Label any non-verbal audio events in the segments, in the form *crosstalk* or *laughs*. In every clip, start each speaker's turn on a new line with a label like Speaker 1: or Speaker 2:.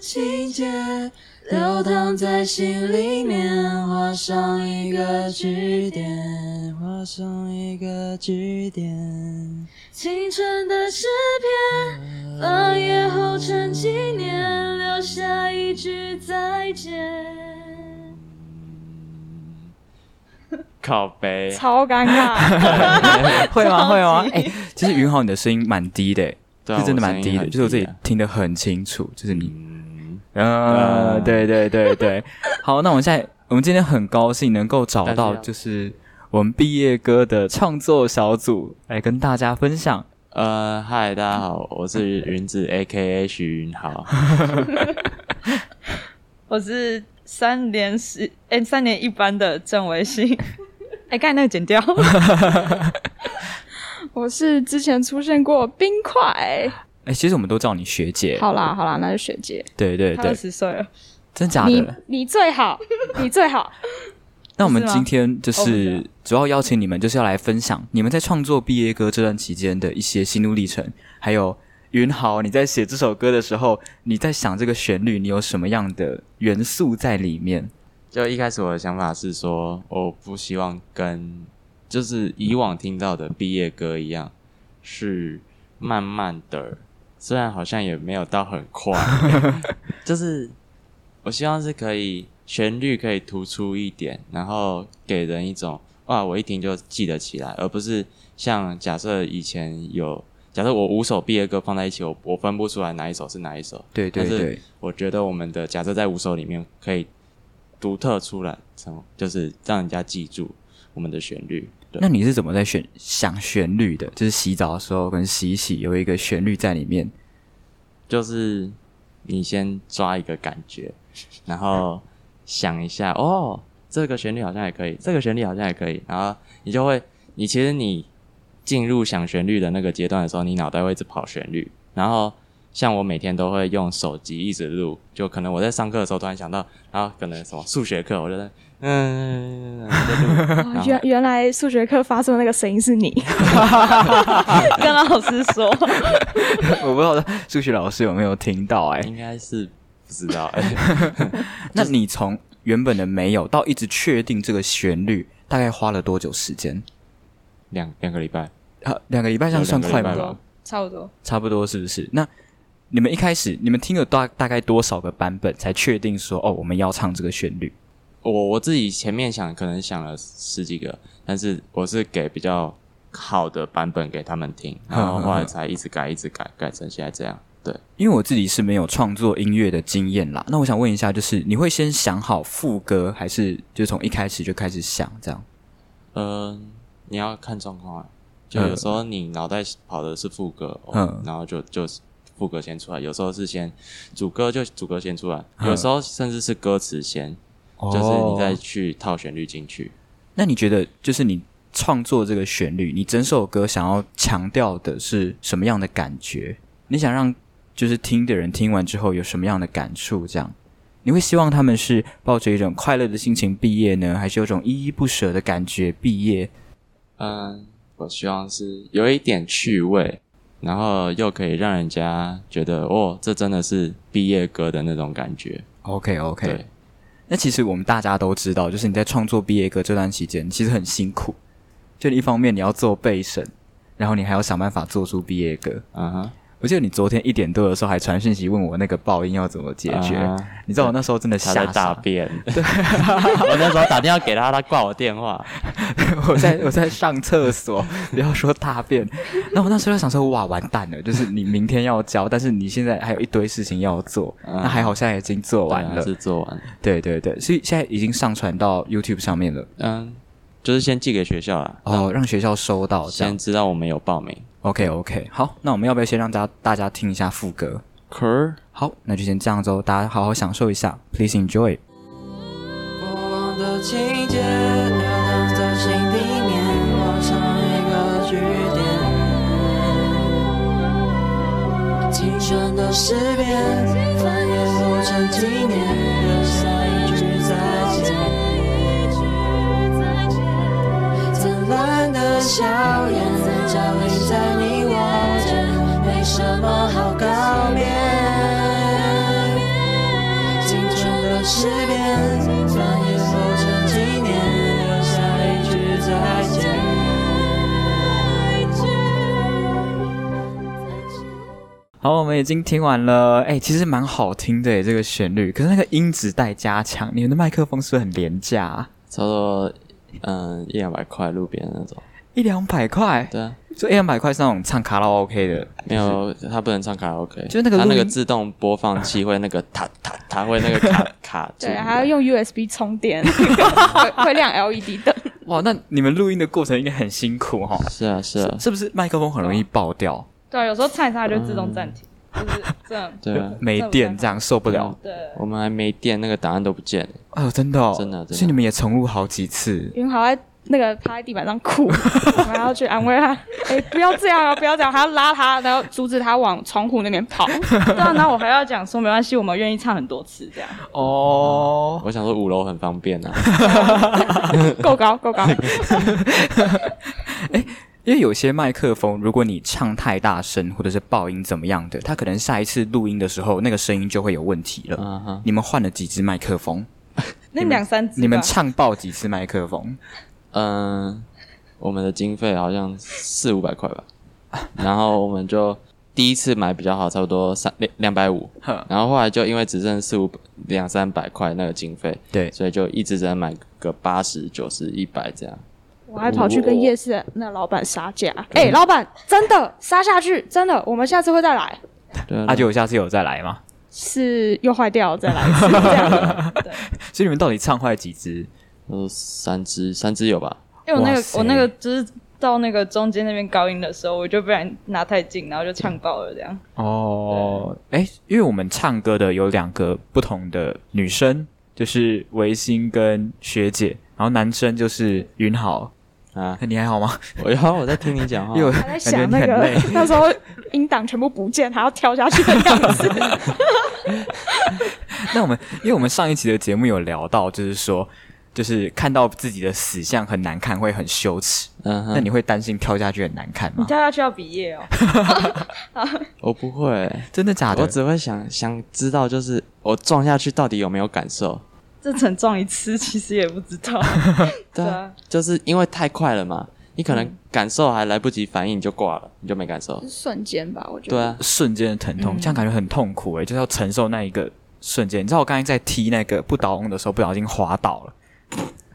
Speaker 1: 情节流淌在心里面，画上一个句点，画上一个句点。青春的诗篇，翻页后成纪念，留下一句再见。
Speaker 2: 靠背，
Speaker 3: 超尴尬。
Speaker 4: 会吗？会
Speaker 3: 超
Speaker 4: 吗
Speaker 3: 级？
Speaker 4: 哎、其实云豪你的声音蛮低的、欸
Speaker 2: 对啊
Speaker 4: 是真的蛮
Speaker 2: 我声音
Speaker 4: 的，
Speaker 2: 很
Speaker 4: 就是我自己
Speaker 2: 低啊
Speaker 4: 听得很清楚，就是你，
Speaker 2: 嗯，
Speaker 4: 呃，
Speaker 2: 啊
Speaker 4: 对对对对。好，那我们现在，我们今天很高兴能够找
Speaker 2: 但
Speaker 4: 到
Speaker 2: 是要
Speaker 4: 就是我们毕业歌的创作小组来跟大家分享。
Speaker 2: 呃，嗨，大家好，我是云子 A K A 徐云豪，
Speaker 3: 我是三年十哎、三年一班的郑维
Speaker 5: *laughs*
Speaker 3: 新，哎、刚才那个剪掉。
Speaker 5: 我是之前出现过冰块，
Speaker 4: 哎、其实我们都叫你学姐，
Speaker 5: 好啦好啦，那就学姐，
Speaker 4: 对对
Speaker 3: 他二
Speaker 4: 对，
Speaker 3: 十岁了，
Speaker 4: 真假
Speaker 5: 你
Speaker 4: 的？
Speaker 5: 你最好，你最好，
Speaker 4: 那我们
Speaker 3: 是吗
Speaker 4: 今天就
Speaker 3: 哦不是
Speaker 4: 是主要邀请你们，就是要来分享你们在创作毕业歌这段期间的一些心路历程，还有云豪你在写这首歌的时候，你在想这个旋律，你有什么样的元素在里面？
Speaker 2: 就一开始我的想法是说，我不希望跟就是以往听到的毕业歌一样，是慢慢的，虽然好像也没有到很
Speaker 4: *laughs*
Speaker 2: 快，就是我希望是可以旋律可以突出一点，然后给人一种哇，我一听就记得起来，而不是像假设以前有。假设我五首毕业歌放在一起，我我分不出来哪一首是哪一首，
Speaker 4: 对对
Speaker 3: 啊
Speaker 2: 但是
Speaker 4: 对，
Speaker 2: 我觉得我们的假设在五首里面可以独特出来，从就是让人家记住我们的旋律。对
Speaker 4: 那，你是怎么在选想旋律的？就是洗澡的时候跟洗一洗有一个旋律在
Speaker 3: *laughs*
Speaker 4: 里面，
Speaker 2: 就是你先抓一个感觉，然后想一下，哦，这个旋律好像也可以，这个旋律好像也可以，然后你就会，你其实你进入想旋律的那个阶段的时候，你脑袋会一直跑旋律，然后。像我每天都会用手机一直录，就可能我在上课的时候突然想到，然后可能什么数学课，我就在嗯，嗯嗯嗯嗯嗯在录，然
Speaker 5: 哦
Speaker 2: 后
Speaker 5: 原原来数学课发出的那个声
Speaker 3: *laughs*
Speaker 5: 音是你，
Speaker 3: 跟老师说，
Speaker 4: 我不知道数学老师有没有听到、哎，
Speaker 3: 嗯
Speaker 2: 应该是不知道、哎
Speaker 4: 那你从原本的没有到一直确定这个旋律，大概花了多久时间？
Speaker 2: 两两个礼拜，
Speaker 4: 啊，两个礼拜这样算
Speaker 2: 有
Speaker 4: 快
Speaker 2: 两个
Speaker 4: 吗
Speaker 2: 礼拜？吧
Speaker 3: 差不多。
Speaker 4: 差不多是不是？那你们一开始你们听了大大概多少个版本才确定说哦我们要唱这个旋律？
Speaker 2: 我我自己前面想可能想了十几个，但是我是给比较好的版本给他们听，然后后来才一直改，一直改，改成现在这样。 *laughs* 对，
Speaker 4: 因为我自己是没有创作音乐的经验啦，那我想问一下，就是你会先想好副歌，还是就从一开始就开始想这样？
Speaker 2: 嗯、你要看状况啊，就有时候你脑袋跑的是副歌，哦
Speaker 4: 嗯
Speaker 2: 然后就就是副歌先出来，有时候是先主歌就主歌先出来，
Speaker 4: 嗯哦
Speaker 2: 有时候甚至是歌词先，就是你再去套旋律进去。
Speaker 4: 那你觉得就是你创作这个旋律，你整首歌想要强调的是什么样的感觉？你想让就是听的人听完之后有什么样的感触？这样，你会希望他们是抱着一种快乐的心情毕业呢，还是有种依依不舍的感觉毕业？
Speaker 2: 嗯，我希望是有一点趣味，然后又可以让人家觉得哦，这真的是毕业歌的那种感觉。
Speaker 4: OK OK，
Speaker 2: 对，
Speaker 4: 那其实我们大家都知道，就是你在创作毕业歌这段期间，其实很辛苦。就一方面你要做备审，然后你还要想办法做出毕业歌。
Speaker 2: 嗯哼，
Speaker 4: 我记得你昨天一点多的时候还传讯息问我那个爆音要怎么解决，
Speaker 2: 嗯哼
Speaker 4: 你知道我那时候真的
Speaker 2: 他
Speaker 4: 吓
Speaker 2: 在
Speaker 4: 傻
Speaker 2: 大便，
Speaker 4: *laughs*
Speaker 2: 我那时候打电话给他，他挂我电话。
Speaker 4: *laughs* 我在我在上厕所， *laughs* 不要说大便。那我那时候就想说，哇，完蛋了，就是你明天要交，但是你现在还有一堆事情要做。
Speaker 2: 嗯
Speaker 4: 那还好，现在已经做完
Speaker 2: 对啊
Speaker 4: 了。
Speaker 2: 是做完了。
Speaker 4: 对对对，所以现在已经上传到 YouTube 上面了，
Speaker 2: 嗯，就是先寄给学校啦，
Speaker 4: 哦，让学校收到这样
Speaker 2: 先。知道我们有报名。
Speaker 4: OK OK，好，那我们要不要先让大家大家听一下副歌？
Speaker 2: 可
Speaker 4: 好，那就先这样子哦，大家好好享受一下，Please enjoy。
Speaker 1: 过往的情节流淌在心里面，画上一个句点。青春的诗篇，翻页后成纪念，留下一句再见。灿烂的笑颜，照映在你我间，没什么好告别。
Speaker 4: 好，我们已经听完了，哎、其实蛮好听的耶这个旋律，可是那个音质带加强，你们的麦克风是不是很廉价、啊？
Speaker 2: 差不多嗯一两百块路边的那种。
Speaker 4: 一两百块，
Speaker 2: 对啊，
Speaker 4: 就一两百块是那种唱卡拉 OK 的，
Speaker 2: 没有他不能唱卡拉 OK，
Speaker 4: 就是那个
Speaker 2: 他那
Speaker 4: 录
Speaker 2: 个
Speaker 4: 音
Speaker 2: 自动播放器会那个 *laughs* 塔塔塔会那个卡卡住
Speaker 5: 对，，还要用 USB 充
Speaker 3: *laughs*
Speaker 5: 电，会会亮
Speaker 3: E
Speaker 5: LED 灯。
Speaker 4: 哇，那你们录音的过程应该很辛苦哈、
Speaker 2: 是啊是啊，
Speaker 4: 是不是麦克风很容易爆掉、
Speaker 3: 对啊，有时候唱一唱它就自动暂停，就是这样。
Speaker 2: 对啊，
Speaker 4: 没电这样受不了？
Speaker 3: 嗯对，
Speaker 2: 我们还没电，那个档案都不见了，
Speaker 4: 哎呦，真的、哦，
Speaker 2: 嗯真的真的
Speaker 4: 所以你们也重录好几次，
Speaker 5: 云豪在那个趴在地板上哭，我还要去安慰他，哎、不要这样啊，不要这样，还要拉他，然后阻止他往窗户那边跑。
Speaker 3: *laughs* 对啊，然后我还要讲说没关系，我们愿意唱很多次这
Speaker 5: *laughs*
Speaker 3: 样。
Speaker 2: 嗯
Speaker 4: 哦，
Speaker 2: 我想说五楼很方便啊，
Speaker 5: 够高，够高，
Speaker 4: 因为有些麦克风，如果你唱太大声或者是爆音怎么样的，它可能下一次录音的时候那个声音就会有问题了。
Speaker 2: 嗯哼，
Speaker 4: 你们换了几支麦克风？
Speaker 3: 那两三次吧，
Speaker 4: 你们唱爆几次麦克风？
Speaker 2: 嗯，我们的经费好像四五百块吧，然后我们就第一次买比较好，差不多三两两百五
Speaker 4: 哼，
Speaker 2: 然后后来就因为只剩四五两三百块那个经费，
Speaker 4: 对
Speaker 2: 所以就一直只能买个八十、九十、一百这样。
Speaker 5: 我还跑去
Speaker 4: 哦
Speaker 5: 跟夜市的那老板杀价，哎、老板，真的杀下去，真的，我们下次会再来，
Speaker 2: 对啊，
Speaker 4: 阿九，下次有再来吗？
Speaker 5: 是又坏掉
Speaker 4: *laughs*
Speaker 5: 再来一次，这样
Speaker 4: 所以你们到底唱坏几支？
Speaker 2: 呃，三只，三只有吧？
Speaker 3: 因为我那
Speaker 4: 哇
Speaker 3: 个
Speaker 4: 塞
Speaker 3: 我那个就是到那个中间那边高音的时候，我就不然拿太近，然后就唱爆了这样。
Speaker 4: 哦，哎，因为我们唱歌的有两个不同的女生，就是维新跟学姐，然后男生就是云豪。
Speaker 2: 啊，
Speaker 4: 你还好吗？
Speaker 2: 我然后我 *laughs* 在听你讲话
Speaker 4: *laughs* 因为，我感
Speaker 5: 还在
Speaker 4: 觉
Speaker 5: 想
Speaker 4: 你
Speaker 5: 那
Speaker 4: 很
Speaker 5: 个
Speaker 4: 累。 *laughs*
Speaker 5: *laughs* 那时候音档全部不见，还要跳下去的样子。
Speaker 4: 那我们，因为我们上一期的节目有聊到，就是说，就是看到自己的死相很难看，会很羞耻。
Speaker 2: 嗯
Speaker 4: 那
Speaker 2: 哼，
Speaker 4: 你会担心跳下去很难看
Speaker 3: 你
Speaker 4: 吗？
Speaker 3: 跳下去要毕业哦， *laughs*
Speaker 2: 我不会，
Speaker 4: 真的假的
Speaker 2: 我？只会想想知道，就是我撞下去到底有没有感受？
Speaker 3: 这层撞一次其实也不知道。
Speaker 2: 对
Speaker 3: 对
Speaker 2: 啊
Speaker 3: 啊，
Speaker 2: 就是因为太快了嘛，你可能感受还来不及反应，你就挂了，你就没感受。
Speaker 5: 瞬间吧，我觉
Speaker 2: 对
Speaker 5: 得。
Speaker 2: 啊，
Speaker 4: 瞬间的疼
Speaker 3: 嗯
Speaker 4: 痛，这样感觉很痛苦诶、欸就是要承受那一个瞬间。你知道我刚才在踢那个不倒翁的时候，不小心滑倒了，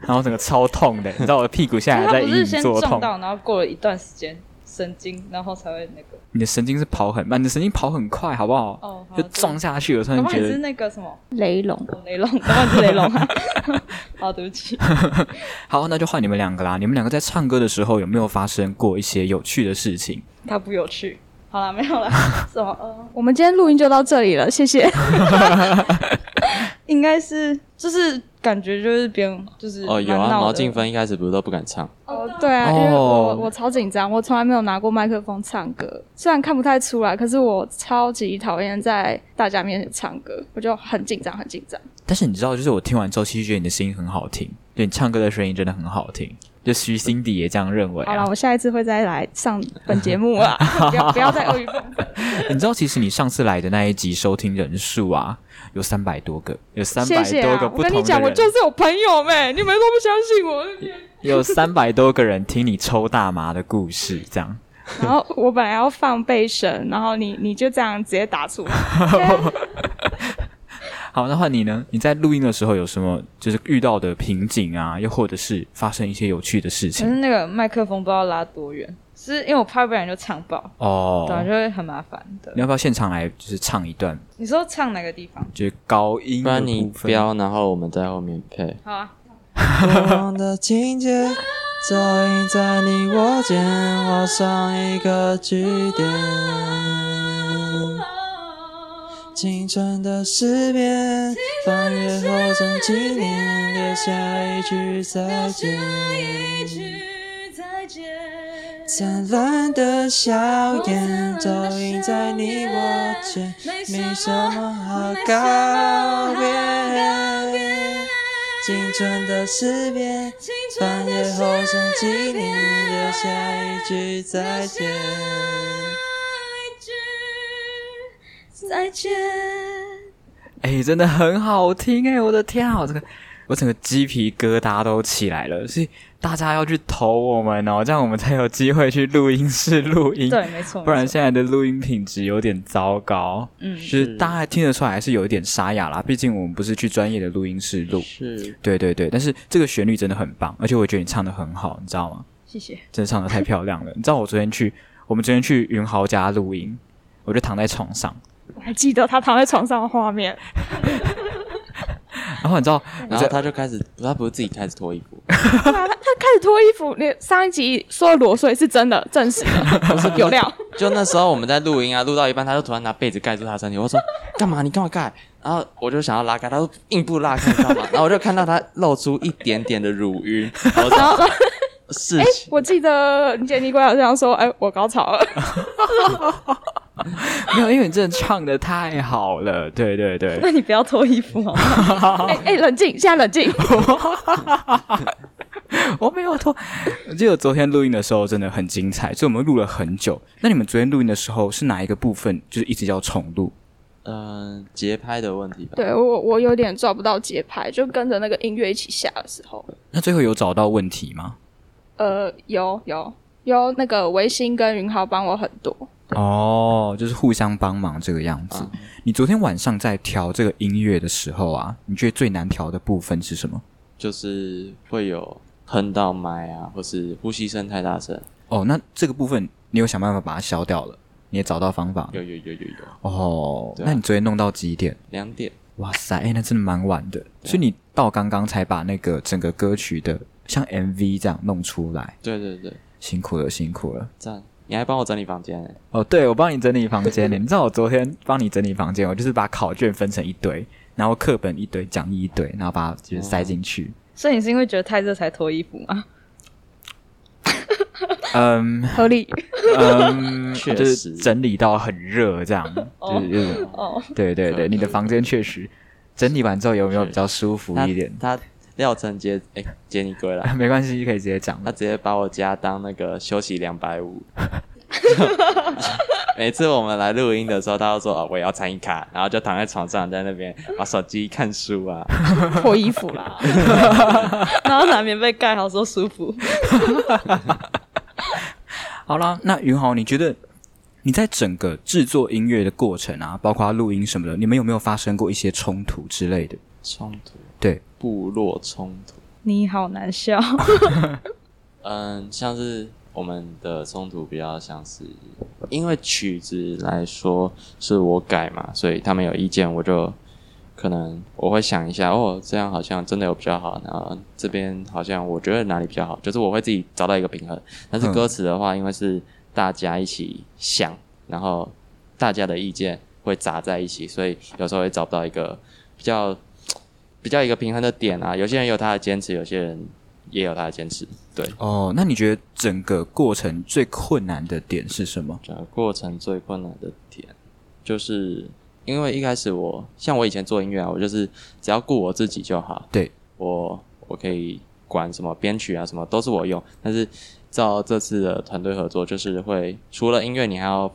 Speaker 4: 然后整个超痛的，你知道我的屁股现在
Speaker 3: 他
Speaker 4: 哎
Speaker 3: 不
Speaker 4: 还在隐
Speaker 3: 是
Speaker 4: 隐
Speaker 3: 先
Speaker 4: 作
Speaker 3: 撞
Speaker 4: 痛。
Speaker 3: 到，然后过了一段时间神经，然后才会那个。
Speaker 4: 你的神经是跑很慢，你的神经跑很快，好不好？
Speaker 3: 哦好
Speaker 4: 就撞下去，我突
Speaker 3: 要
Speaker 4: 然
Speaker 3: 不
Speaker 4: 觉
Speaker 3: 然是
Speaker 4: 得
Speaker 3: 那个什么
Speaker 5: 雷龙，
Speaker 3: 雷龙， *laughs* 要不然是雷龙啊。好，对不起。
Speaker 4: 好，那就换你们两个啦。你们两个在唱歌的时候有没有发生过一些有趣的事情？
Speaker 3: 它不有趣。好了，没有了。 *laughs* 什么？呃，
Speaker 5: 我们今天录音就到这里了，谢谢。
Speaker 3: 应该是就是感觉就是别人就是
Speaker 2: 哦，有啊，
Speaker 3: 蛮闹的
Speaker 2: 毛静芬一开始不是都不敢唱，
Speaker 5: 哦，对啊，因为
Speaker 4: 哦
Speaker 5: 我我超紧张，我从来没有拿过麦克风唱歌，虽然看不太出来，可是我超级讨厌在大家面前唱歌，我就很紧张，很紧张。
Speaker 4: 但是你知道，就是我听完之后，其实觉得你的声音很好听，对你唱歌的声音真的很好听。就徐心迪也这样认为
Speaker 5: 好了，
Speaker 4: 啊。
Speaker 5: 我下一次会再来上本节目
Speaker 4: *laughs*
Speaker 5: 啦，不要不要再阿谀奉承。
Speaker 4: 你知道，其实你上次来的那一集收听人数啊，有三百多个，有三
Speaker 5: 谢
Speaker 4: 百
Speaker 5: 谢
Speaker 4: 多个
Speaker 5: 啊！
Speaker 4: 不同
Speaker 5: 我跟
Speaker 4: 的
Speaker 5: 你讲，
Speaker 4: 人，
Speaker 5: 我就是有朋友们，你们都不相信我。
Speaker 4: 有三百多个人听你抽大麻的故事，这样。
Speaker 5: 然后我本来要放背神，然后你你就这样直接打出来，
Speaker 4: 好，那换你呢？你在录音的时候有什么就是遇到的瓶颈啊，又或者是发生一些有趣的事
Speaker 3: 可
Speaker 4: 情？
Speaker 5: 嗯
Speaker 3: 是那个麦克风不知道拉多远，是因为我怕不然就唱爆，
Speaker 4: 哦
Speaker 3: 对、啊，就会很麻烦的
Speaker 4: 你。要不要现场来就是唱一段，
Speaker 3: 你说唱哪个地方？
Speaker 4: 就是高音
Speaker 2: 不
Speaker 4: 的
Speaker 2: 然你
Speaker 4: 部分？
Speaker 2: 飙，然后我们在后面配。
Speaker 3: 好啊，
Speaker 1: 过往的情节早已在你我间画上一个句点。青春的诗篇，翻阅后剩几年，留下一句再见。灿烂的笑颜，照映在你我间，没什么好告别。青春的诗篇，翻页后剩几年，留下一句再见。
Speaker 4: 哎、真的很好听哎、我的天啊，我这个我整个鸡皮疙瘩都起来了。所以大家要去投我们哦，这样我们才有机会去录音室录音。 *laughs*
Speaker 3: 对，没错，
Speaker 4: 不然
Speaker 3: 没错
Speaker 4: 现在的录音品质有点糟糕。
Speaker 3: 嗯
Speaker 4: 就是大家听得出来还是有一点沙哑啦，毕竟我们不是去专业的录音室录。
Speaker 2: 是
Speaker 4: 对对对，但是这个旋律真的很棒，而且我觉得你唱的很好，你知道吗？
Speaker 3: 谢谢。
Speaker 4: 真的唱的太漂亮了。你知道我昨天去，我们昨天去云豪家录音，我就躺在床上，
Speaker 5: 我还记得他躺在床上的画面， *laughs*
Speaker 4: 然后你知道，你
Speaker 2: 然
Speaker 4: 知
Speaker 2: 后
Speaker 4: 道
Speaker 2: 他就开始，他不是自己开始脱衣服，
Speaker 5: 对啊，他他开始脱衣服。你上一集说的裸睡是真的，证实的，有
Speaker 4: *laughs*
Speaker 5: 料。
Speaker 2: 就那时候我们在录音啊，录到一半，他就突然拿被子盖住他身体，我说干嘛？你干嘛盖？然后我就想要拉开，他说硬不拉开，你知道吗？然后我就看到他露出一点点的乳晕，我
Speaker 5: 然
Speaker 2: 说
Speaker 5: 后，
Speaker 2: 事
Speaker 5: 哎、
Speaker 2: 情
Speaker 5: 我记得你姐尼龟好像说，哎、我高潮了。
Speaker 4: *laughs* 没有，因为你真的唱的太好了。对对对， *laughs*
Speaker 3: 那你不要脱衣服好吗？
Speaker 5: 哎哎、冷静，现在冷静。 *laughs*
Speaker 4: 我没有脱。我记得昨天录音的时候真的很精彩，所以我们录了很久。那你们昨天录音的时候是哪一个部分就是一直要重录？
Speaker 2: 嗯、节拍的问题吧。
Speaker 5: 对我我有点抓不到节拍，就跟着那个音乐一起下的时候，
Speaker 4: 那最后有找到问题吗？
Speaker 5: 呃，有有有那个维新跟云豪帮我很多。
Speaker 4: 哦，就是互相帮忙这个样子。你昨天晚上在调这个音乐的时候啊，你觉得最难调的部分是什么？
Speaker 2: 就是会有哼到麦啊，或是呼吸声太大声。
Speaker 4: 哦，那这个部分你有想办法把它消掉了，你也找到方法。
Speaker 2: 有有有有有，
Speaker 4: 哦，
Speaker 2: 对啊
Speaker 4: 那你昨天弄到几点？
Speaker 2: 两点
Speaker 4: 哇塞，哎、那真的蛮晚的。
Speaker 2: 啊
Speaker 4: 所以你到刚刚才把那个整个歌曲的像 MV 这样弄出来，
Speaker 2: 对对对，
Speaker 4: 辛苦了，辛苦了。
Speaker 2: 赞！你还帮我整理房间、欸，
Speaker 4: 哦，对，我帮你整理房间呢。
Speaker 2: *laughs*
Speaker 4: 你知道我昨天帮你整理房间，我就是把考卷分成一堆，然后课本一堆，讲义一堆，然后把它就是塞进去。
Speaker 3: 所以你是因为觉得太热才脱衣服吗？
Speaker 4: 嗯
Speaker 5: 合理，
Speaker 4: 嗯，
Speaker 2: 确
Speaker 4: 就是
Speaker 2: 实
Speaker 4: 整理到很热这样，
Speaker 2: *laughs*
Speaker 3: 哦
Speaker 4: 就是有种
Speaker 3: 哦，
Speaker 4: 对对对，你的房间确实整理完之后有没有比较舒服
Speaker 2: 他
Speaker 4: 一
Speaker 2: *laughs*
Speaker 4: 点？，
Speaker 2: 他廖承杰，哎、杰尼龟啦
Speaker 4: *laughs* 没关系，可以直接讲
Speaker 2: *laughs* 他。直接把我家当那个休息两百五。 *laughs* 每次我们来录音的时候，他都说啊、我也要餐饮卡，然后就躺在床上在那边玩手机看书啊。
Speaker 5: 脱衣服
Speaker 4: *laughs*
Speaker 5: 啦。
Speaker 3: 然后拿棉被盖好说舒服。
Speaker 4: 好啦，那云豪，你觉得你在整个制作音乐的过程啊，包括录音什么的，你们有没有发生过一些冲突之类的？
Speaker 2: 冲突，
Speaker 4: 对，
Speaker 2: 部落冲突，
Speaker 3: 你好难笑，
Speaker 2: 嗯，像是我们的冲突比较像是，因为曲子来说是我改嘛，所以他们有意见，我就可能我会想一下，哦，这样好像真的有比较好，然后这边好像我觉得哪里比较好，就是我会自己找到一个平衡。但是
Speaker 4: 嗯
Speaker 2: 歌词的话，因为是大家一起想，然后大家的意见会杂在一起，所以有时候会找不到一个比较比较一个平衡的点啊。有些人有他的坚持，有些人也有他的坚持，对。
Speaker 4: 哦，那你觉得整个过程最困难的点是什么？
Speaker 2: 整个过程最困难的点，就是因为一开始我像我以前做音乐啊，我就是只要顾我自己就好。
Speaker 4: 对，
Speaker 2: 我我可以管什么编曲啊，什么都是我用。但是照这次的团队合作，就是会除了音乐，你还要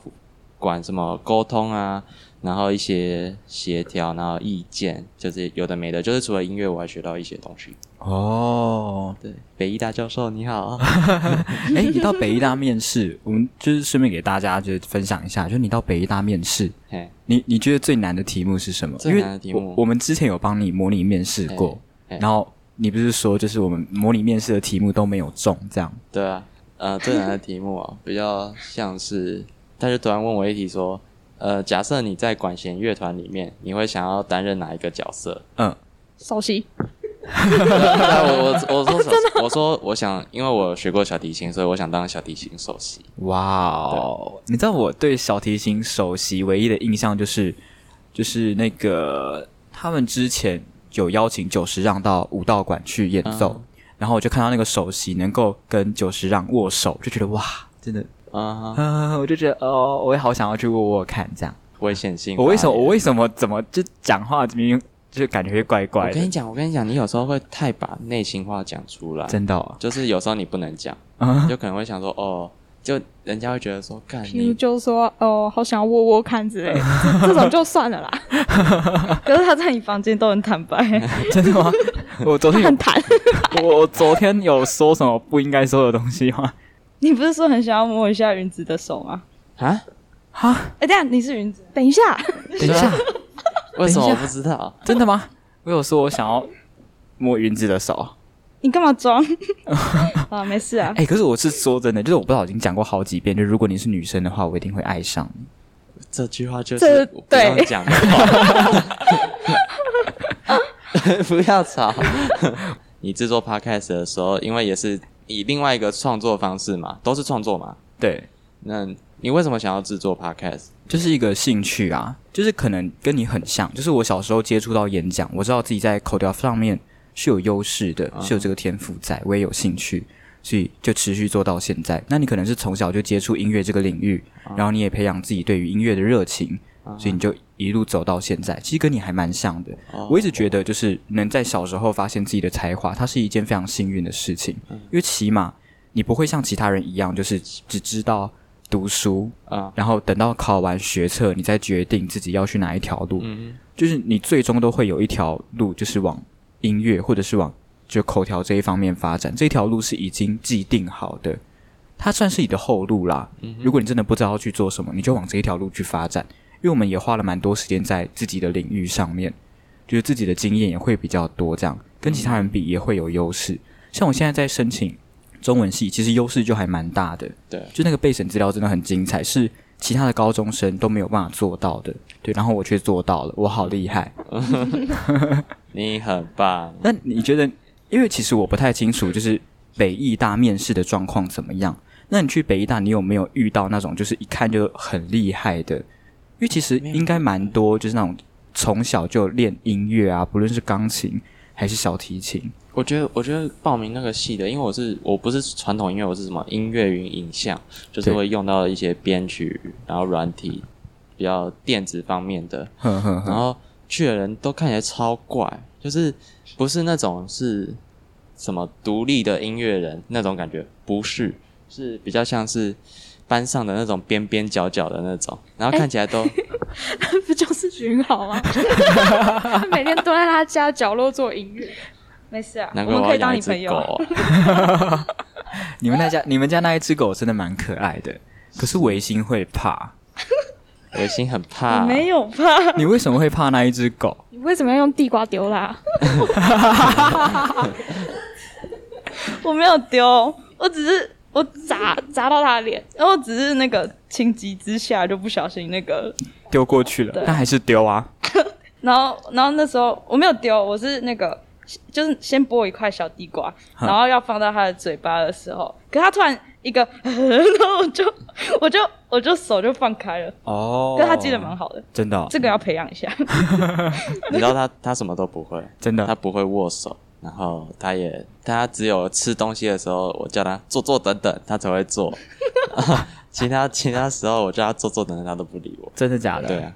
Speaker 2: 管什么沟通啊，然后一些协调，然后意见，就是有的没的。就是除了音乐，我还学到一些东西。
Speaker 4: 哦，
Speaker 2: 对，北医大教授你好，
Speaker 4: 哎，你到北医大面试，我们就是顺便给大家就是分享一下，就是你到北医大面试，
Speaker 2: *laughs* 嘿，
Speaker 4: 你你觉得最难的题目是什么？
Speaker 2: 最
Speaker 4: 因为
Speaker 2: 难的题目哎
Speaker 4: 我我们之前有帮你模拟面试过，
Speaker 2: 嘿嘿
Speaker 4: 然后你不是说就是我们模拟面试的题目都没有中，这样
Speaker 2: 对啊，呃，最难的题目啊，比较像是，他就突然问我一题说，呃，假设你在管弦乐团里面，你会想要担任哪一个角色？ *laughs*
Speaker 4: 嗯，
Speaker 5: 首席，
Speaker 2: 那我我我说、我说我想，因为我学过小提琴，所以我想当小提琴首席。
Speaker 4: 哇哦！你知道我对小提琴首席唯一的印象就是，就是那个他们之前有邀请久石让到武道馆去演奏，然后我就看到那个首席能够跟久石让握手，就觉得哇，真的，
Speaker 2: 啊、
Speaker 4: 啊， *laughs* 我就觉得哦，我也好想要去握握看这样。
Speaker 2: 危险性发言。
Speaker 4: 我为什么我为什么怎么就讲话明明就感觉怪怪
Speaker 2: 我跟
Speaker 4: 的
Speaker 2: 你？讲，我跟你讲，你有时候会太把内心话讲出来，
Speaker 4: 真的、哦，
Speaker 2: 就是有时候你不能讲，
Speaker 4: 啊
Speaker 2: 你就可能会想说，哦，就人家会觉得说，干
Speaker 5: 譬如
Speaker 2: 你
Speaker 5: 就说，哦，好想要握握看之类的，这这种就算了啦。
Speaker 3: 可是他在你房间都很坦白，
Speaker 4: 真的吗？我昨
Speaker 5: 他
Speaker 4: 天
Speaker 5: 很
Speaker 4: 有
Speaker 5: 弹，
Speaker 4: 我我昨天有说什么不应该说的东西吗？
Speaker 3: *laughs* 你不是说很想要摸一下云子的手吗？
Speaker 2: 啊？
Speaker 3: 哎、等一下你是云子，
Speaker 5: 等一下，
Speaker 4: 等一下，
Speaker 2: 为什么
Speaker 4: 等一
Speaker 2: 我
Speaker 4: 下
Speaker 2: 不知道？
Speaker 4: *laughs* 真的吗？我有说我想要摸云子的手，
Speaker 3: 你干嘛
Speaker 2: *laughs*
Speaker 3: 装？啊，没事啊，
Speaker 4: 哎、可是我是说真的，就是我不知道我已经讲过好几遍，就如果你是女生的话，我一定会爱上你。
Speaker 2: 这句话就
Speaker 5: 这
Speaker 2: 是我不要 *laughs*
Speaker 5: 对
Speaker 2: 讲的话，不要吵。你制作 podcast 的时候，因为也是以另外一个创作方式嘛，都是创作嘛。
Speaker 4: 对，
Speaker 2: 那你为什么想要制作 podcast？
Speaker 4: 就是一个兴趣啊，就是可能跟你很像。就是我小时候接触到演讲，我知道自己在口条上面是有优势的，是有这个天赋在，我也有兴趣，所以就持续做到现在。那你可能是从小就接触音乐这个领域，然后你也培养自己对于音乐的热情，所以你就一路走到现在。其实跟你还蛮像的。我一直觉得，就是能在小时候发现自己的才华，它是一件非常幸运的事情，因为起码你不会像其他人一样，就是只知道读书，
Speaker 2: 啊，
Speaker 4: 然后等到考完学测，你再决定自己要去哪一条路，
Speaker 2: 嗯
Speaker 4: 就是你最终都会有一条路，就是往音乐或者是往就口条这一方面发展。这条路是已经既定好的，它算是你的后路啦。如果你真的不知道要去做什么，你就往这一条路去发展。因为我们也花了蛮多时间在自己的领域上面，就是自己的经验也会比较多，这样跟其他人比也会有优势。像我现在在申请中文系，其实优势就还蛮大的。
Speaker 2: 对
Speaker 4: 就那个备审资料真的很精彩，是其他的高中生都没有办法做到的。对，然后我却做到了，我好厉害。
Speaker 2: 你很棒。
Speaker 4: 那你觉得？因为其实我不太清楚，就是北艺大面试的状况怎么样。那你去北艺大，你有没有遇到那种就是一看就很厉害的？因为其实应该蛮多，就是那种从小就练音乐啊，不论是钢琴还是小提琴。
Speaker 2: 我觉得，我觉得报名那个系的，因为我是我不是传统音乐，我是什么音乐与影像，就是
Speaker 4: 对
Speaker 2: 会用到一些编曲，然后软体，比较电子方面的。
Speaker 4: 呵呵
Speaker 2: 然
Speaker 4: 呵，
Speaker 2: 后去的人都看起来超怪，就是不是那种是什么独立的音乐人那种感觉，不是，是比较像是班上的那种边边角角的那种，然后看起来
Speaker 3: 哎
Speaker 2: 都、
Speaker 5: 不就是巡好吗？ *laughs* 他每天都在他家角落做音乐，
Speaker 3: 没事
Speaker 2: *laughs*
Speaker 3: 啊，
Speaker 2: 难
Speaker 3: 我
Speaker 2: 怪
Speaker 3: 们可
Speaker 2: 我要
Speaker 3: 以当
Speaker 2: 养
Speaker 3: 你
Speaker 2: 一只
Speaker 3: 朋友
Speaker 2: 狗
Speaker 3: 啊。
Speaker 2: 啊、
Speaker 4: 你们那家你们家那一只狗真的蛮可爱的，可是维新会怕。
Speaker 2: 我心
Speaker 3: *laughs*
Speaker 2: 很怕
Speaker 3: 我。没有怕，
Speaker 4: 你为什么会怕那一只狗？
Speaker 5: 你为什么要用地瓜丢 *laughs* 啦？
Speaker 3: 我没有丢，我只是我
Speaker 5: 砸砸到他的脸，
Speaker 3: 然后只是那个情急之下就不小心那个，
Speaker 4: 丢过去了，但还是丢啊。
Speaker 3: 然后然后那时候我没有丢，我是那个就是先剥一块小地瓜，
Speaker 4: 哼
Speaker 3: 然后要放到他的嘴巴的时候，可他突然一个， *laughs* 然后我就我就我就手就放开了，
Speaker 4: 哦
Speaker 3: 可是他记得蛮好的，
Speaker 4: 真的哦、
Speaker 3: 这个要培养一下。 *laughs*
Speaker 2: 你知道他他什么都不会，
Speaker 4: 真的
Speaker 2: 他不会握手，然后他也他只有吃东西的时候，我叫他坐坐等等，他才会
Speaker 3: *laughs*
Speaker 2: 坐。 *laughs* 其他其他时候我叫他坐坐等等，他都不理我。
Speaker 4: 真的假的？
Speaker 2: 对啊，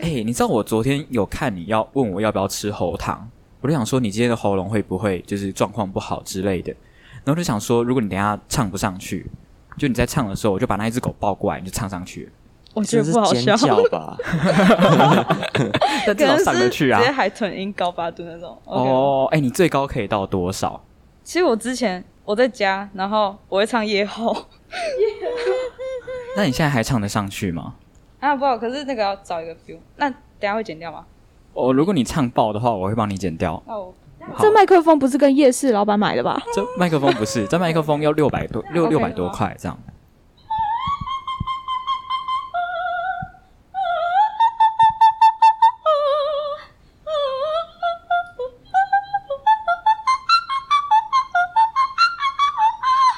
Speaker 4: 哎、你知道我昨天有看你要问我要不要吃喉糖，我就想说你今天的喉咙会不会就是状况不好之类的，然后就想说如果你等一下唱不上去，就你在唱的时候，我就把那一只狗抱过来，你就唱上去了，
Speaker 3: 我觉得
Speaker 2: 这是
Speaker 3: 不好笑
Speaker 2: 尖，叫吧？
Speaker 4: 但
Speaker 3: 可
Speaker 4: *laughs* 至少
Speaker 3: 能
Speaker 4: 上得
Speaker 3: 是
Speaker 4: 去啊
Speaker 3: 直接。海豚音高八度那种。OK
Speaker 4: 哦，哎、你最高可以到多少？
Speaker 3: 其实我之前我在家，然后我会唱夜后 *laughs*
Speaker 4: 那你现在还唱得上去吗？
Speaker 3: 啊，不好，可是那个要找一个 feel，那等一下会剪掉吗？
Speaker 4: 哦，如果你唱爆的话，我会帮你剪掉。
Speaker 3: 那我 *laughs*
Speaker 4: 好
Speaker 5: 这麦克风不是跟夜市老板买的吧？
Speaker 4: 这麦克风不是，这麦克风要六百多六
Speaker 5: OK
Speaker 4: 六百多块这样。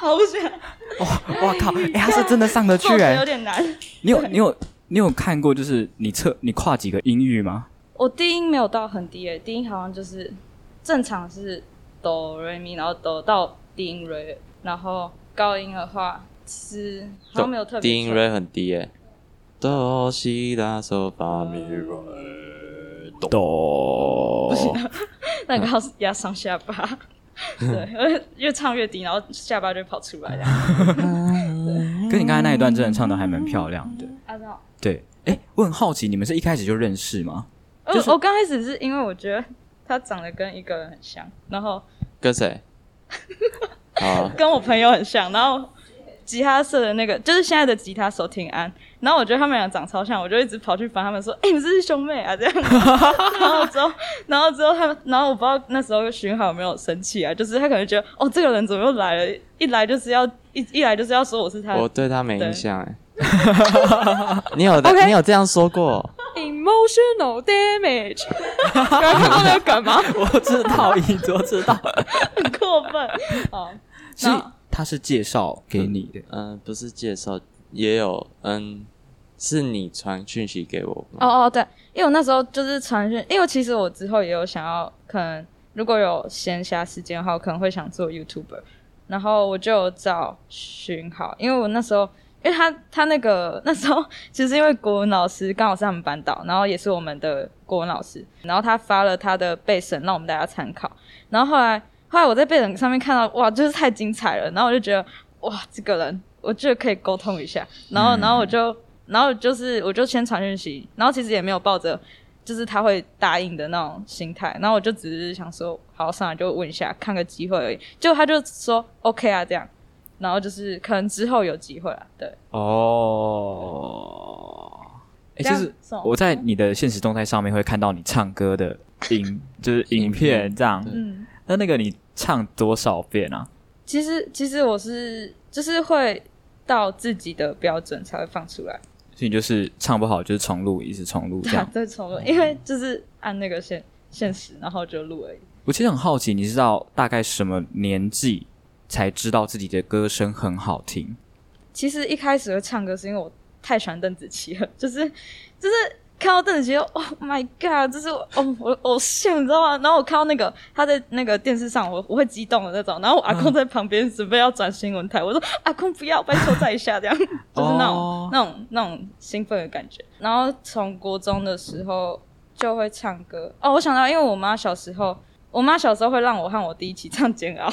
Speaker 3: 好想，
Speaker 4: 哇靠！哎、他是真的上得去
Speaker 3: 做
Speaker 4: 哎、
Speaker 3: 的有点难。
Speaker 4: *laughs* 你有你有你有看过就是你测你跨几个音域吗？
Speaker 3: 我低音没有到很低诶、低音好像就是正常是哆瑞咪，然后哆到低音瑞，然后高音的话是 *laughs* 好像没有特别
Speaker 2: 低音
Speaker 3: 错
Speaker 2: re 很低耶。哆西拉嗦发咪瑞，
Speaker 4: 哆，
Speaker 3: 那个要压上下巴，对，呃越唱越低，然后下巴就会跑出来这样。
Speaker 4: 跟你刚才那一段真的唱的还蛮漂亮的。
Speaker 3: 啊，这样
Speaker 4: 对，哎，我很好奇，你们是一开始就认识吗？
Speaker 3: 呃我
Speaker 4: 就是
Speaker 3: 我刚开始是因为我觉得他长得跟一个人很像，然后 *laughs*
Speaker 2: 跟谁？好，啊
Speaker 3: 跟我朋友很像，然后吉他社的那个就是现在的吉他手挺安，然后我觉得他们俩长超像，我就一直跑去烦他们说：“哎、你们这是兄妹啊？” *laughs* 这样，然后之后，然后之后他们，然后我不知道那时候巡海有没有生气啊，就是他可能觉得哦，这个人怎么又来了？一来就是要一一来就是要说我是他的
Speaker 2: 我对他没
Speaker 3: 对
Speaker 2: 印
Speaker 3: *laughs*
Speaker 2: 象哎。你有
Speaker 5: OK
Speaker 2: 你有这样说过？
Speaker 5: emotional damage，有人看过那个梗
Speaker 3: 啊
Speaker 5: 吗？
Speaker 4: *laughs* 我知道，一多知道。
Speaker 3: 很过分。哦好，
Speaker 4: 所以
Speaker 3: 那
Speaker 4: 他是介绍给你的，
Speaker 2: *laughs* 嗯、不是介绍，也有嗯，是你传讯息给我吗？
Speaker 3: 哦哦，对，因为我那时候就是传讯，因为其实我之后也有想要，可能如果有闲暇时间的话，我可能会想做 YouTuber，然后我就有找寻好，因为我那时候。因为他他那个那时候， *laughs* 其实因为国文老师刚好是他们班导，然后也是我们的国文老师，然后他发了他的备审让我们大家参考，然后后来后来我在备审上面看到哇，就是太精彩了，然后我就觉得哇，这个人我觉得可以沟通一下，然后然后我就然后就是我就先传讯息，然后其实也没有抱着就是他会答应的那种心态，然后我就只是想说，好，上来就问一下，看个机会而已。结果他就说 OK 啊，这样，然后就是可能之后有机会啊，对，
Speaker 4: 哦，哎、
Speaker 3: 这样
Speaker 4: 就是
Speaker 3: 送
Speaker 4: 我在你的现实动态上面会看到你唱歌的影，就是影片这样。
Speaker 3: 嗯，
Speaker 4: 那那个你唱多少遍啊？
Speaker 3: 其实其实我是就是会到自己的标准才会放出来，。
Speaker 4: 所以你就是唱不好就是重录，一直重录这样
Speaker 3: 再重录，因为就是按那个现现实，然后就录而已。
Speaker 4: 我其实很好奇，你知道大概什么年纪才知道自己的歌声很好听？
Speaker 3: 其实一开始会唱歌是因为我太喜欢邓紫棋了，就是就是看到邓紫棋就，Oh my God，这是我哦我的偶像，你知道吗？然后我看到那个他在那个电视上，我我会激动的那种。然后我阿公在旁边准备要转新闻台，我说阿公不要，拜托再一下，这样就是那种、
Speaker 4: 哦
Speaker 3: 那种那种兴奋的感觉。然后从国中的时候就会唱歌哦，我想到因为我妈小时候，我妈小时候会让我和我弟一起唱《煎熬》，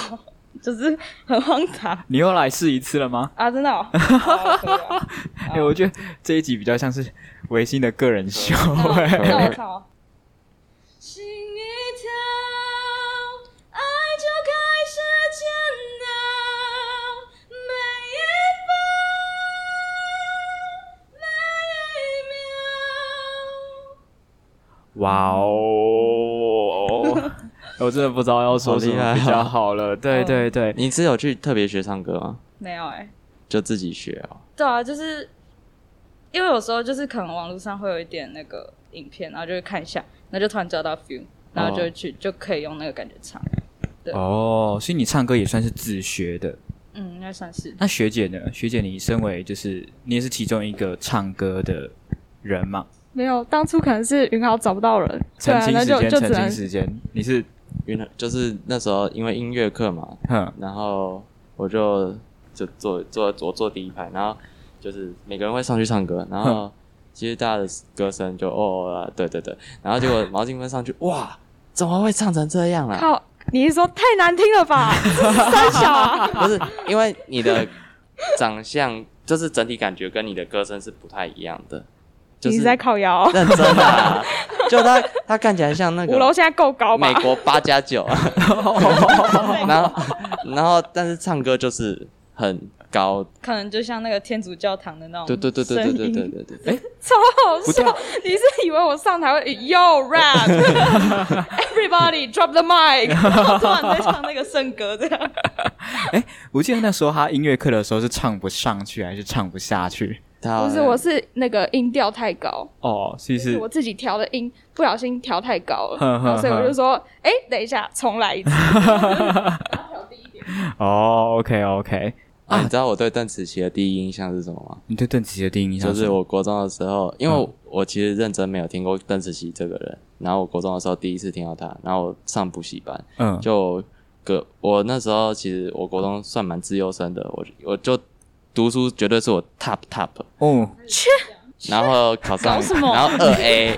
Speaker 3: 就是很荒唐。
Speaker 4: 你又来试一次了吗？
Speaker 3: 啊，真的、哦，好可以啊
Speaker 4: 哎、 *laughs* 我觉得这一集比较像是维新的个人秀、
Speaker 3: 那我唱哦。
Speaker 1: 心一跳，爱就开始煎熬，每一分每一秒。
Speaker 4: 哇哦！我真的不知道要说什么比较好了。
Speaker 5: 啊
Speaker 4: 对对对，
Speaker 5: 嗯
Speaker 2: 你是有去特别学唱歌吗？
Speaker 3: 没有哎、
Speaker 2: 就自己学哦。
Speaker 3: 对啊，就是因为有时候就是可能网络上会有一点那个影片，然后就会看一下，然后就突然找到 feel，然后就会去、就可以用那个感觉唱。
Speaker 4: 哦，所以你唱歌也算是自学的。
Speaker 3: 嗯，应该算是。
Speaker 4: 那学姐呢？学姐，你身为就是你也是其中一个唱歌的人嘛？
Speaker 5: *laughs* 没有，当初可能是云豪找不到人，对
Speaker 4: 澄
Speaker 5: 啊，
Speaker 4: 清
Speaker 5: 那
Speaker 4: 时
Speaker 5: 就
Speaker 4: 间，
Speaker 5: 就
Speaker 4: 澄
Speaker 5: 只能
Speaker 4: 清时间，你是
Speaker 2: 因为就是那时候因为音乐课嘛，
Speaker 4: 哼
Speaker 2: 然后我就就坐坐我坐第一排，然后就是每个人会上去唱歌，然后其实大家的歌声就哦哦啊，对对对，然后结果毛巾芬上去，哇，怎么会唱成这样啊？
Speaker 5: 靠，你是说太难听了
Speaker 4: *laughs*
Speaker 5: 吧？三小啊，
Speaker 2: 不是因为你的长相，就是整体感觉跟你的歌声是不太一样的，就
Speaker 5: 你
Speaker 2: 是
Speaker 5: 是在靠摇？
Speaker 2: 认真的、啊， *laughs* 就他他看起来像那
Speaker 5: 五楼
Speaker 2: 个
Speaker 5: 现在够高吧
Speaker 2: 美？国八加九
Speaker 5: *laughs*
Speaker 2: 啊，然后然后但是唱歌就是很高，
Speaker 3: 可能就像那个天主教堂的那种
Speaker 2: 对对对对对对
Speaker 3: 声
Speaker 2: 对
Speaker 3: 音
Speaker 2: 对对，哎、
Speaker 5: 超好笑！你是以为我上台会 Yo rap？Everybody drop the mic！
Speaker 3: 突然在唱那个圣歌这样。
Speaker 4: 我记得那时候她音乐课的时候是唱不上去还是唱不下去？
Speaker 2: 他啊
Speaker 5: 不是，我是那个音调太高，
Speaker 4: 哦，所以
Speaker 5: 是
Speaker 4: 是
Speaker 5: 我自己调的音，不小心调太高了，
Speaker 4: 哼哼
Speaker 5: 然后所以我
Speaker 4: 哼
Speaker 5: 就说，哎，等一下，重来一次。
Speaker 4: 哦，OK OK。
Speaker 2: 啊，你知道我对邓紫棋的第一印象是什么吗？
Speaker 4: 你对邓紫棋的第一印象嗯
Speaker 2: 就是是我国中的时候，因为我其实认真没有听过邓紫棋这个人，然后我国中的时候第一次听到她，然后我上补习班，
Speaker 4: 嗯，
Speaker 2: 就个我那时候其实我国中算蛮自由生的，我我就读书绝对是我 top top，
Speaker 4: 哦，
Speaker 2: 然后考上，
Speaker 3: 搞什么
Speaker 2: 然后二
Speaker 4: *laughs*
Speaker 2: A，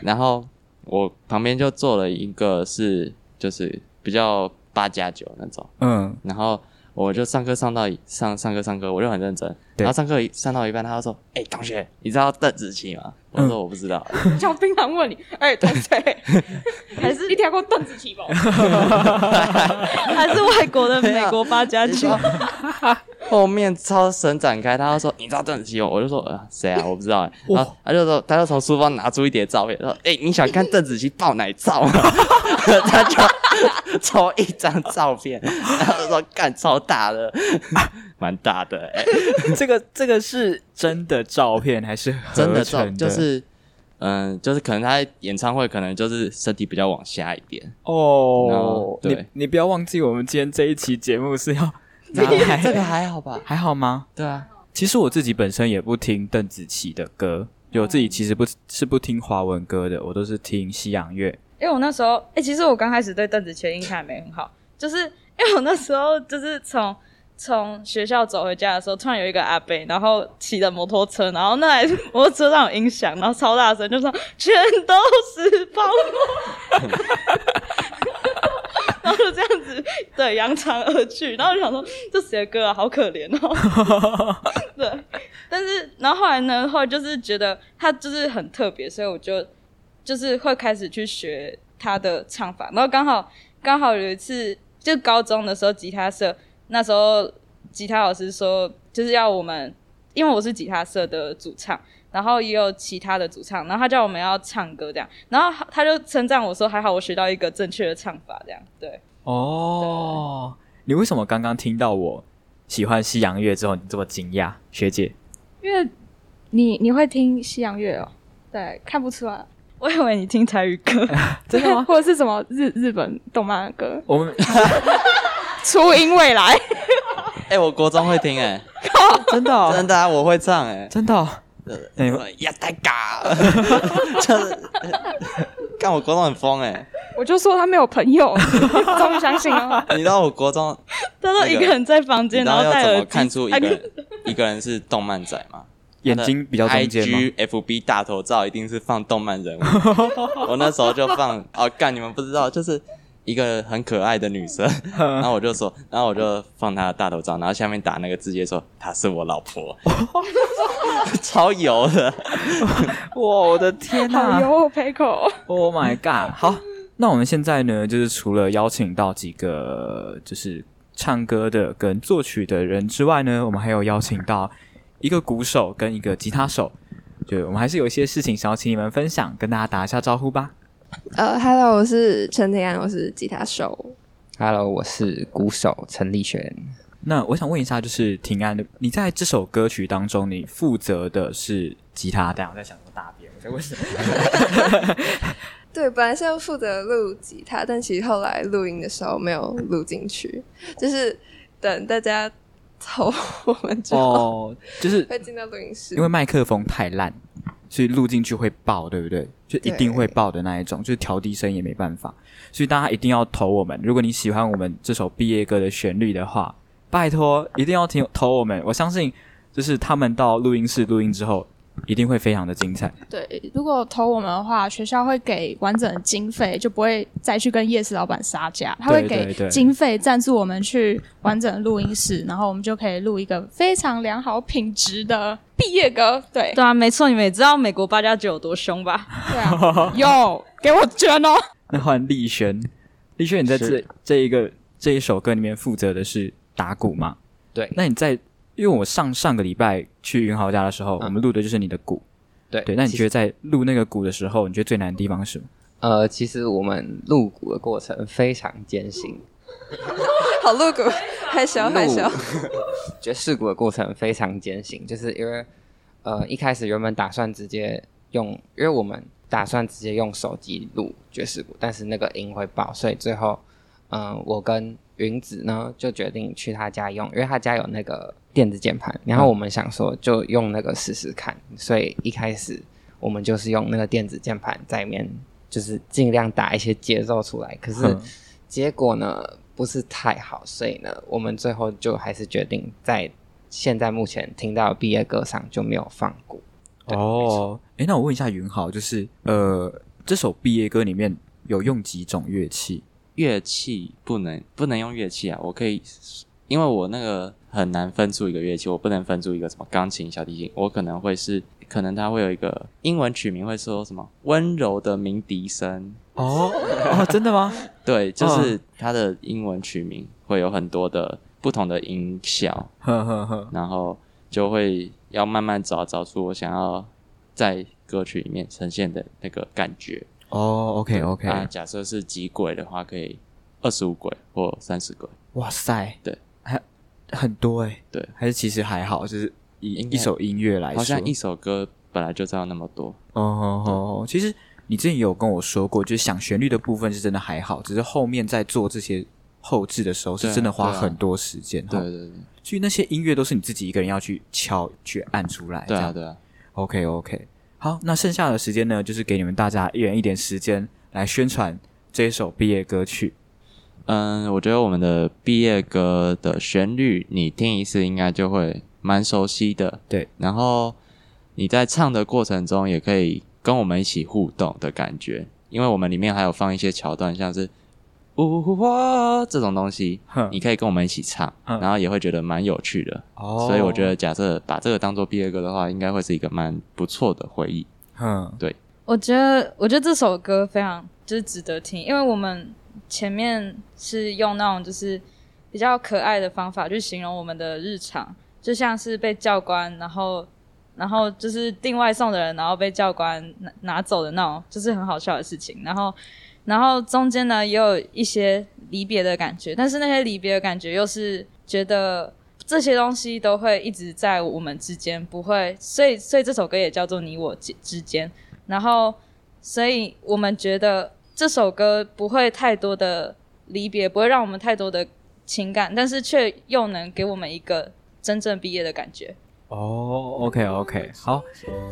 Speaker 2: 然 *laughs* 后我旁边就坐了一个是就是比较八加九那种，
Speaker 4: 嗯
Speaker 2: 然后我就上课上到一上上课上课，我就很认真。
Speaker 4: 对
Speaker 2: 然后上课一上到一半，他就说：“哎、同学，你知道邓紫棋吗？”
Speaker 4: 嗯
Speaker 2: 我说：“我不知道。
Speaker 5: 像槟榔问你，哎、同学，还是一条过邓紫棋吧？
Speaker 3: 还是外国的美国八加
Speaker 2: 你
Speaker 3: 九
Speaker 2: 说？后面超神展开，他就说：“你知道邓紫棋吗？”我就说：“呃，谁啊？我不知道、欸。”然后他就说，他就从书包拿出一叠照片，说：“哎、你想看邓紫棋爆奶照吗？” *laughs* 他就抽一张照片，然后说：“干超大的，蛮大的、欸。”
Speaker 4: *laughs* 这个这个是真的照片还是 *laughs* 合
Speaker 2: 真的照
Speaker 4: 成
Speaker 2: 就是，嗯，就是可能他演唱会可能就是身体比较往下一点，
Speaker 4: 哦
Speaker 2: No，
Speaker 4: 你
Speaker 2: 对
Speaker 4: 你不要忘记，我们今天这一期节目是要
Speaker 2: 这个这个还好吧？
Speaker 4: 还好吗？
Speaker 2: 对啊，
Speaker 4: 其实我自己本身也不听邓紫棋的歌，就我自己其实不是不听华文歌的，我都是听西洋乐。
Speaker 3: 因为我那时候，哎、其实我刚开始对邓紫棋的印象还没很好，就是因为我那时候就是从从学校走回家的时候，突然有一个阿伯，然后骑着摩托车，然后那台摩托车上有音响，然后超大声，就说全都是泡沫， *laughs* 然后就这样子对扬长而去，然后我就想说这谁的歌啊，好可怜哦。 *laughs* 对，但是然后后来呢，后来就是觉得他就是很特别，所以我就就是会开始去学他的唱法。然后刚好刚好有一次，就高中的时候吉他社，那时候吉他老师说就是要我们，因为我是吉他社的主唱。然后也有其他的主唱，然后他叫我们要唱歌这样，然后他就称赞我说还好我学到一个正确的唱法这样，
Speaker 2: *laughs*
Speaker 3: 对，
Speaker 4: 哦，你为什么刚刚听到我喜欢西洋乐之后，你这么惊讶，学姐？
Speaker 5: 因为你你会听西洋乐哦，对，看不出来，？
Speaker 3: 我以为你听台语
Speaker 2: *laughs*
Speaker 3: 歌，
Speaker 4: 真的吗
Speaker 5: *laughs*
Speaker 3: *laughs*
Speaker 5: 或者是什么日日本动漫的歌，
Speaker 4: 我们
Speaker 5: 初音未来，
Speaker 2: 哎、我国中会听哎、
Speaker 4: 真的、哦
Speaker 2: *laughs* 真的啊，我会唱哎、
Speaker 4: 真的、哦，哎呦
Speaker 2: 欸，亚太嘎， *laughs* 就是干我国中很疯哎、
Speaker 5: 我就说他没有朋友，终于相信了。
Speaker 2: 你知道我国中，
Speaker 3: 他都一个人在房
Speaker 2: 你
Speaker 3: 间，
Speaker 2: 知
Speaker 3: 然
Speaker 2: 道
Speaker 3: 后
Speaker 2: 要
Speaker 3: 戴
Speaker 2: 怎
Speaker 3: 耳
Speaker 2: 么
Speaker 3: 机，
Speaker 2: 看出一
Speaker 3: 啊
Speaker 2: 个人一个人是动漫仔吗？
Speaker 4: 眼睛比较中间吗
Speaker 2: IG FB 大头照一定是放动漫 *laughs* 人物，我那时候就放哦，干你们不知道，就是一个很可爱的女 *laughs* 生，然后我就说，然后我就放她的大头照，然后下面打那个字节说她是我老 *laughs* 婆，超油的，
Speaker 4: 哇，我的天
Speaker 5: 好哟 p e c o
Speaker 4: Oh my god！好，那我们现在呢，就是除了邀请到几个就是唱歌的跟作曲的人之外呢，我们还有邀请到一个鼓手跟一个吉他手。就我们还是有一些事情想要请你们分享，跟大家打一下招呼吧。
Speaker 6: 呃，Hello，我是陈庭安，我是吉他手。
Speaker 7: Hello，我是鼓手陈立璇。
Speaker 4: 那我想问一下，就是平安的，你在这首歌曲当中，你负责的是吉他？但我在想什么大便，我在问什么？
Speaker 6: 对，本来是要负责录吉他，但其实后来录音的时候没有录进去，就是等大家投 *laughs* 我们之后、
Speaker 4: 哦， *laughs* 就是
Speaker 6: 会进到录音室
Speaker 4: 因。为麦克风太烂，所以录进去会爆，对不对？就一定会爆的那一种，就是调低声也没办法。所以大家一定要投我们，如果你喜欢我们这首毕业歌的旋律的话，拜托一定要听投我们。我相信，就是他们到录音室录音之后，一定会非常的精彩。
Speaker 5: 对，如果投我们的话，学校会给完整的经费，就不会再去跟夜市老板杀价，他会
Speaker 4: 对
Speaker 5: 给
Speaker 4: 对
Speaker 5: 经费赞助我们去完整的录音室，然后我们就可以录一个非常良好品质的毕业歌。对
Speaker 3: 对啊，没错，你们也知道美国八加九有多凶吧？
Speaker 5: 对
Speaker 4: *laughs*
Speaker 5: 啊，有给我捐哦！
Speaker 4: 那换丽轩，丽轩你在这这一个这一首歌里面负责的是打鼓嘛？
Speaker 7: 对
Speaker 4: 那你在，因为我上上个礼拜去云豪家的时候，我们录的就是你的鼓。
Speaker 7: 对
Speaker 4: 嗯对，那你
Speaker 7: 其
Speaker 4: 觉得
Speaker 7: 实
Speaker 4: 在录那个鼓的时候，你觉得最难的地方是什么？
Speaker 7: 呃，其实我们录鼓的过程非常艰辛，
Speaker 6: 好露骨，害羞害羞。 *laughs*
Speaker 7: 觉得试鼓的过程非常艰辛，就是因为呃一开始原本打算直接用，因为我们打算直接用手机录爵士鼓，但是那个音会爆，所以最后嗯、呃我跟云子呢就决定去他家用，因为他家有那个电子键盘，然后我们想说就用那个试试看，所以一开始我们就是用那个电子键盘在里面就是尽量打一些节奏出来，可是
Speaker 4: 嗯
Speaker 7: 结果呢不是太好，所以呢我们最后就还是决定在现在目前听到的毕业歌上就没有放过。对没错
Speaker 4: 哦，诶，那我问一下云豪，就是呃，这首毕业歌里面有用几种乐器？
Speaker 2: 乐器不能不能用乐器啊，我可以因为我那个很难分出一个乐器，我不能分出一个什么钢琴、小提琴，我可能会是，可能它会有一个英文曲名会说什么温柔的鸣笛声，
Speaker 4: 哦 *laughs* 哦，真的吗？
Speaker 2: 对，就是它的英文曲名会有很多的不同的音效，
Speaker 4: 呵呵呵，
Speaker 2: 然后就会要慢慢找找出我想要在歌曲里面呈现的那个感觉。
Speaker 4: 哦，OK OK，、
Speaker 2: 啊，假设是几轨的话，可以二十五轨或三十轨。
Speaker 4: 哇塞，
Speaker 2: 对，
Speaker 4: 还很多哎、
Speaker 2: 对，
Speaker 4: 还是其实还好，就是以
Speaker 2: 应该
Speaker 4: 一首音乐来说，
Speaker 2: 好像一首歌本来就知道那么多，
Speaker 4: 哦哦哦哦，其实你之前有跟我说过，就是想旋律的部分是真的还好，只是后面在做这些后置的时候，
Speaker 2: 对
Speaker 4: 是
Speaker 2: 啊
Speaker 4: 真的花
Speaker 2: 对啊
Speaker 4: 很多时间。
Speaker 2: 对
Speaker 4: 哈，
Speaker 2: 对对，
Speaker 4: 所以那些音乐都是你自己一个人要去敲、去按出来。
Speaker 2: 对
Speaker 4: 这
Speaker 2: 啊
Speaker 4: 样
Speaker 2: 对啊，
Speaker 4: OK OK，好，那剩下的时间呢，就是给你们大家一人一点时间来宣传这一首毕业歌曲。
Speaker 2: 嗯，我觉得我们的毕业歌的旋律，你听一次应该就会蛮熟悉的。
Speaker 4: 对，
Speaker 2: 然后你在唱的过程中，也可以跟我们一起互动的感觉，因为我们里面还有放一些桥段，像是“呜呼哇”这种东西，
Speaker 4: 哼
Speaker 2: 你可以跟我们一起唱，
Speaker 4: 嗯
Speaker 2: 然后也会觉得蛮有趣的。
Speaker 4: 哦
Speaker 2: 所以我觉得，假设把这个当做毕业歌的话，应该会是一个蛮不错的回忆。
Speaker 4: 哼，
Speaker 3: 我觉得，我觉得这首歌非常就是值得听，因为我们前面是用那种就是比较可爱的方法去形容我们的日常，就像是被教官，然后然后就是订外送的人，然后被教官拿拿走的那种，就是很好笑的事情。然后然后中间呢也有一些离别的感觉，但是那些离别的感觉又是觉得。这些东西都会一直在我们之间，不会，所以所以这首歌也叫做你我之之间，然后，所以我们觉得这首歌不会太多的离别，不会让我们太多的情感，但是却又能给我们一个真正毕业的感觉。
Speaker 4: 哦，OK OK，好。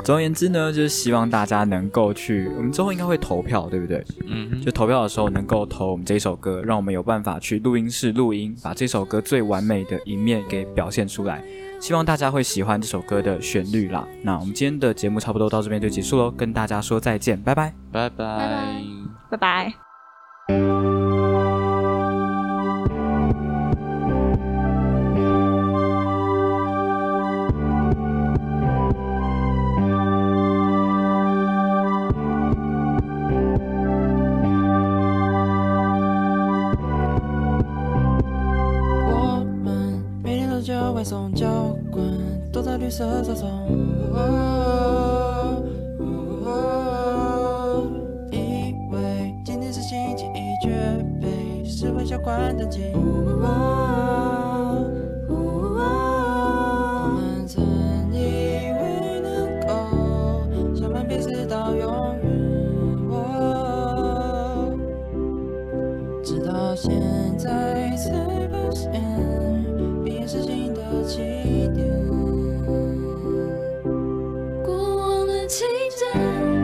Speaker 4: 总而言之呢，就是希望大家能够去，我们之后应该会投票，对不对？
Speaker 2: 嗯
Speaker 4: 就投票的时候能够投我们这一首歌，让我们有办法去录音室录音，把这首歌最完美的一面给表现出来。希望大家会喜欢这首歌的旋律啦。那我们今天的节目差不多到这边就结束喽，跟大家说再见，拜拜。
Speaker 2: 拜
Speaker 5: 拜
Speaker 2: 拜
Speaker 5: 拜拜。
Speaker 1: 我们每天都叫外送交管，都在绿色操场。哦哦哦因为今天是星期一，却被社会小馆暂停。哦哦我们曾以为能够相伴彼此到永远。哦直到现在才发现，毕业是新的起点。
Speaker 8: 过往的情节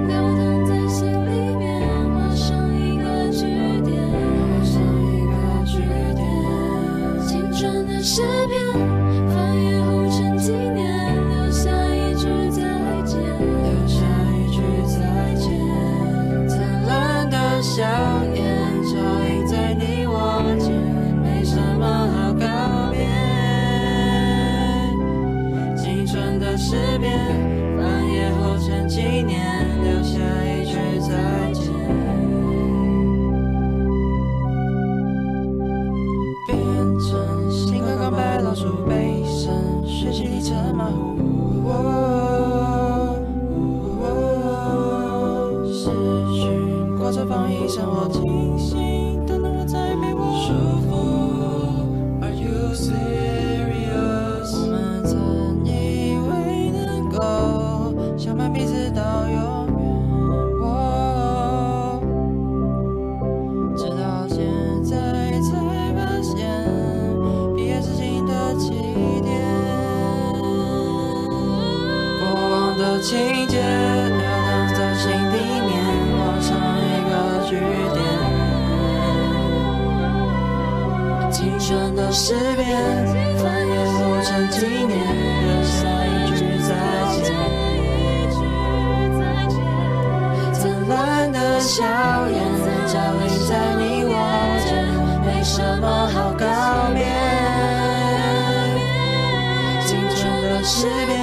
Speaker 8: 流淌在心里面，画上一个句点，画上一个句点。青春的诗篇翻页红尘纪念，留下一句再见，留下一句再见。灿烂的笑颜照映在你我间，没什么好告别。青春的诗篇，翻页后成纪念，留下一句再见。
Speaker 1: 变成新刚刚白老鼠背身，学习里程马虎。失去过着防疫生活，清醒的能否再陪我舒服？Are you serious？我们曾以为能够相伴彼此到永远。哦直到现在才发现，毕业是新的起点。过往的情节流淌在心里面，画上一个句点。青春的诗篇，翻页后成纪念，留下一句再见。灿烂的笑颜照映在你我间，没什么好告别。十遍，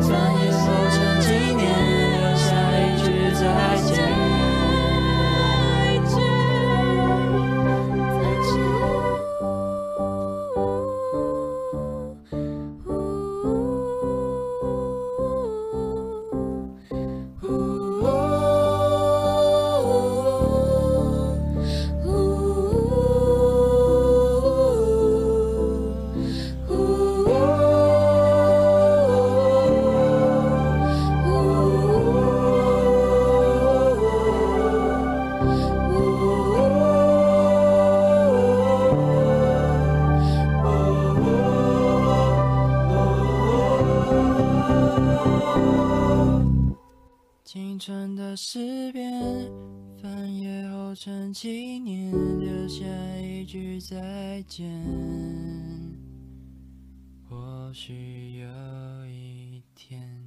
Speaker 1: 转眼后成经典，留下一句再见。青春的诗篇，翻页后成纪念，留下一句再见。或许有一天。